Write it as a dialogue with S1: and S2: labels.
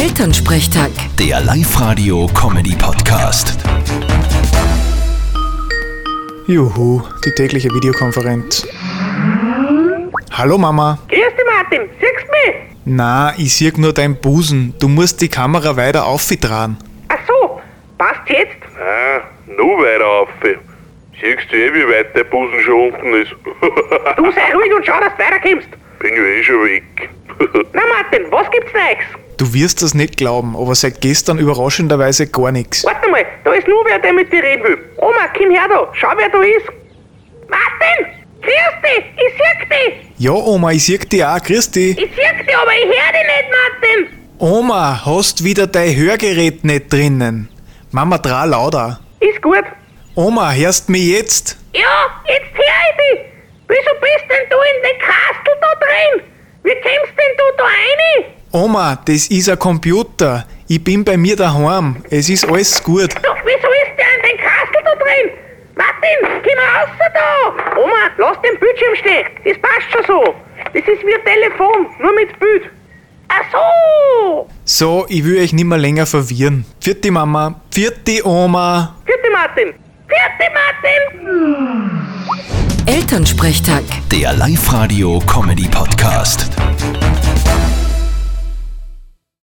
S1: Elternsprechtag.
S2: Der Live-Radio-Comedy-Podcast.
S3: Juhu, die tägliche Videokonferenz. Hallo Mama.
S4: Grüß dich, Martin. Siehst du mich?
S3: Na, ich sieg nur dein Busen. Du musst die Kamera weiter aufdrehen.
S4: Ach so, passt jetzt?
S5: Ah, noch weiter auf. Siehst du eh, wie weit der Busen schon unten ist?
S4: Du sei ruhig und schau, dass du weiterkommst.
S5: Bin ja eh schon weg.
S4: Na, Martin, was gibt's Neues?
S3: Du wirst das nicht glauben, aber seit gestern überraschenderweise gar nichts.
S4: Warte mal, da ist nur wer, der mit dir reden will. Oma, komm her da. Schau, wer da ist. Martin! Grüß dich! Ich sieg dich!
S3: Ja, Oma, ich sieg dich auch, grüß dich.
S4: Ich sieg dich, aber ich hör dich nicht, Martin!
S3: Oma, hast wieder dein Hörgerät nicht drinnen. Mama, dreh lauter.
S4: Ist gut.
S3: Oma, hörst mich jetzt?
S4: Ja, jetzt hör ich dich! Wieso bist denn du in den Kastel da drin? Wie kommst denn du da rein?
S3: Oma, das ist ein Computer. Ich bin bei mir daheim. Es ist alles gut.
S4: Du, wieso ist der in den Kastel da drin? Martin, komm raus da! Oma, lass den Bildschirm stehen. Das passt schon so. Das ist wie ein Telefon, nur mit Bild. Ach so!
S3: So, ich will euch nicht mehr länger verwirren. Vierte Mama, vierte Oma.
S4: Vierte Martin. Vierte Martin!
S1: Elternsprechtag.
S2: Der Live-Radio-Comedy-Podcast.